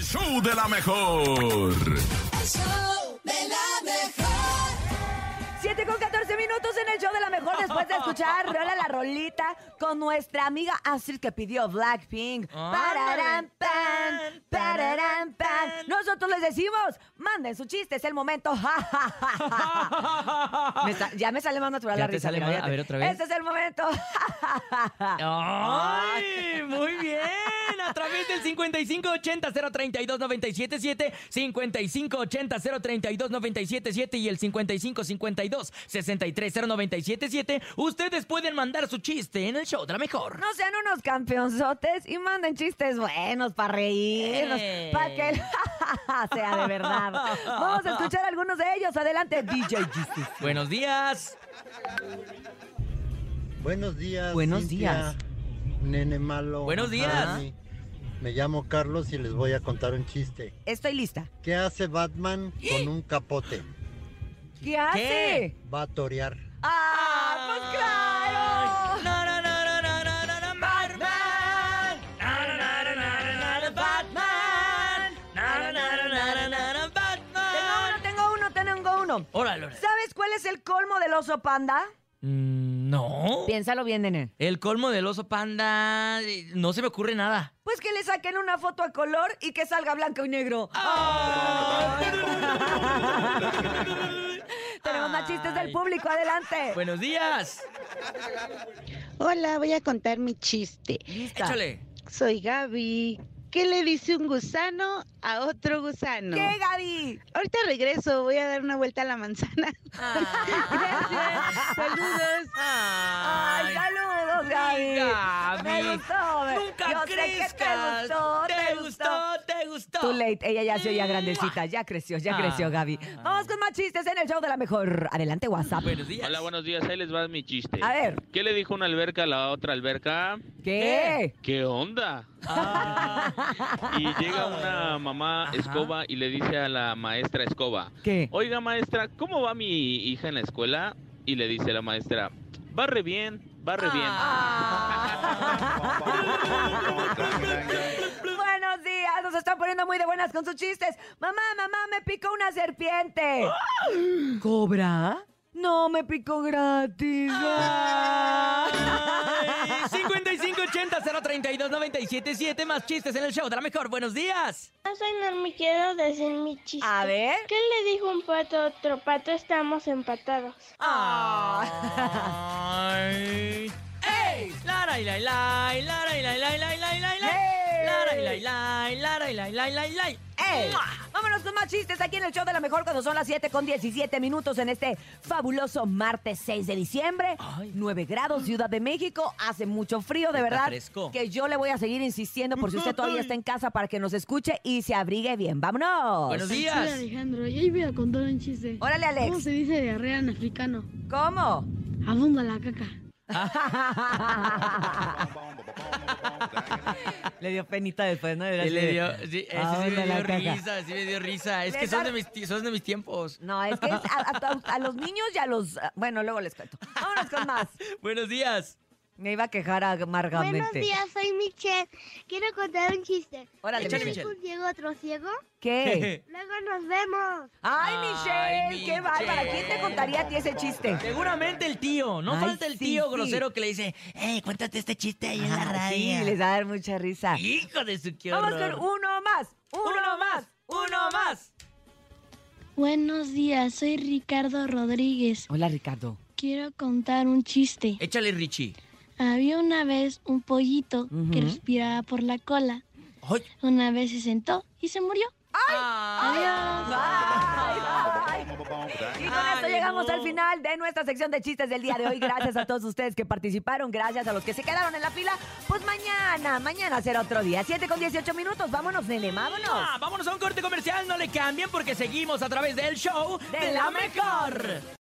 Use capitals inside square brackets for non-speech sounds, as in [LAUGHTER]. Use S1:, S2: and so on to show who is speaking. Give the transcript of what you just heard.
S1: show de la mejor.
S2: show de la mejor.
S3: 7 con 14 minutos en el show de la mejor después de
S4: [LAUGHS]
S3: escuchar Rola la Rolita con nuestra amiga Astrid que pidió Blackpink. Pararán, pan, pararán, pan. Nosotros les decimos, manden su chiste, es el momento. [LAUGHS] Ja, ja, ja, ja, ja. Me sa- ya me sale más natural
S4: Ya
S3: la
S4: te
S3: risa.
S4: sale
S3: mira,
S4: más-
S3: fíjate.
S4: a ver, otra vez.
S3: Este es el momento. [LAUGHS] Ja, ja, ja, ja.
S4: ¡Ay! Muy bien. A través del 5580-032-977, 5580-032-977 y el 5552-630977, ustedes pueden mandar su chiste en el show de la mejor.
S3: No sean unos campeonzotes y manden chistes buenos para reírnos,
S4: Eh.
S3: para que el [LAUGHS] ja, ja, ja sea de
S4: [LAUGHS]
S3: verdad. Vamos a escuchar algunos de ellos. Adelante, DJ Chistes.
S4: Buenos días.
S5: Buenos días.
S4: Buenos días.
S5: Nene malo.
S4: Buenos días.
S5: Ani. Me llamo Carlos y les voy a contar un chiste.
S3: Estoy lista.
S5: ¿Qué hace Batman con un capote?
S3: ¿Qué hace?
S5: Va a torear.
S3: ¡Ah, pues claro!
S4: Na, na, na, na, na, na, na, na, Batman. Na, na, na, na, na, na, na, Batman. Na, na, na, na, na, na, na, Batman.
S3: Tengo uno, tengo uno, tengo uno.
S4: Órale, órale.
S3: ¿Sabes cuál es el colmo del oso panda?
S4: Mm, No.
S3: Piénsalo bien, nene.
S4: El colmo del oso panda. eh, No se me ocurre nada.
S3: Pues que le saquen una foto a color y que salga blanco y [LAUGHS] negro. Tenemos más chistes del
S4: Ay.
S3: público, adelante.
S4: Buenos días.
S6: Hola, voy a contar mi chiste.
S3: Lista.
S4: Échale.
S6: Soy Gaby. ¿Qué le dice un gusano a otro gusano?
S3: ¿Qué, Gaby?
S6: Ahorita regreso, voy a dar una vuelta a la manzana. [LAUGHS] Gracias, saludos.
S3: Ay, saludos, Gaby.
S4: Gaby.
S3: Me gustó. me-
S4: Nunca
S3: Yo sé que te
S4: crezcas.
S3: gustó,
S4: Te gustó, te gustó.
S3: Too late, ella ya se oía grandecita, ya creció, ya
S4: Ah.
S3: creció Gaby. Vamos con más chistes en el show de la mejor. Adelante, WhatsApp.
S4: Buenos días.
S7: Hola, buenos días. Ahí les va mi chiste.
S3: A ver,
S7: ¿Qué le dijo una alberca a la otra alberca?
S3: ¿qué?
S7: ¿Qué onda?
S4: Ah.
S3: [LAUGHS]
S7: Y llega una mamá
S4: Ajá.
S7: escoba y le dice a la maestra escoba,
S3: ¿Qué?
S7: oiga maestra, ¿cómo va mi hija en la escuela? Y le dice la maestra, va re bien, va re bien.
S3: Ah. [LAUGHS] Buenos días, nos están poniendo muy de buenas con sus chistes. Mamá, mamá, me picó una serpiente. ¿Cobra? No, me picó gratis.
S4: Ah. Ay, 5580-032-977. Más chistes en el show de la mejor. Buenos días.
S8: Soy Normi, quiero decir mi chiste.
S3: A ver.
S8: ¿Qué le dijo un pato a otro pato? Estamos empatados.
S3: Ah.
S4: Ay. ¡Ey! Laray, lay, lay, laray, lay, lay, lay, lay, lay, lay.
S3: ¡Ey!
S4: Laray, lay, lay, laray, lay, lay, ley, ley.
S3: ¡Ey! Vámonos con más chistes aquí en el show de la mejor cuando son las 7 con 17 minutos en este fabuloso martes 6 de diciembre.
S4: Ay.
S3: 9 grados, Ciudad de México. Hace mucho frío, de
S4: Está
S3: verdad.
S4: fresco.
S3: Que yo le voy a seguir insistiendo por si usted todavía está en casa para que nos escuche y se abrigue bien. ¡Vámonos!
S4: Buenos
S9: Soy
S4: días.
S9: Alejandro, y ahí voy a contar un chiste.
S3: Órale,
S9: ¿Cómo
S3: Alex.
S9: se dice diarrea en africano?
S3: ¿Cómo?
S9: Abunda la caca.
S3: [LAUGHS] le dio penita después, ¿no?
S4: Sí, le dio, sí, ese sí
S3: Abunda
S4: me dio
S3: Ah, la caca.
S4: risa, sí me dio risa. Es
S3: Le
S4: que son
S3: da-
S4: de mis, ti- son de mis tiempos.
S3: No, es que es a, a- a los niños y a los... ah, Bueno, luego les cuento. Vámonos con más.
S4: Buenos días.
S3: Me iba a quejar amargamente.
S8: Buenos días, soy Michelle. Quiero contar un chiste.
S3: Órale,
S4: Échale,
S3: Michelle.
S4: Michelle.
S8: Un ciego, otro ciego.
S4: [LAUGHS]
S3: ¿Qué?
S8: Luego nos vemos.
S3: ¡Ay,
S4: Ay,
S3: Michelle! ¡Qué bárbara! ¿Quién te
S4: Michelle.
S3: contaría a ti ese chiste?
S4: Seguramente el tío, no
S3: Ay,
S4: falta el
S3: sí,
S4: tío
S3: sí.
S4: grosero que le dice, hey, cuéntate este chiste ahí en la
S3: Ah,
S4: radio.
S3: Sí, les va a dar mucha risa.
S4: Hijo de su qué
S3: Vamos
S4: horror.
S3: con uno más. Uno,
S4: Uno
S3: más. Uno más.
S9: Buenos días, soy Ricardo Rodríguez.
S3: Hola, Ricardo.
S9: Quiero contar un chiste.
S4: Échale, Richie.
S9: Había una vez un pollito
S3: Ujú.
S9: que respiraba por la cola.
S4: Ay.
S9: Una vez se sentó y se murió.
S3: Bye, bye. Y con esto
S4: Ay,
S3: llegamos
S4: no.
S3: al final de nuestra sección de chistes del día de hoy. Gracias a todos ustedes que participaron, gracias a los que se quedaron en la fila. Pues mañana, mañana será otro día. 7 con 18 minutos. Vámonos, nene, vámonos.
S4: Ah, vámonos a un corte comercial, no le cambien porque seguimos a través del show
S3: De la mejor.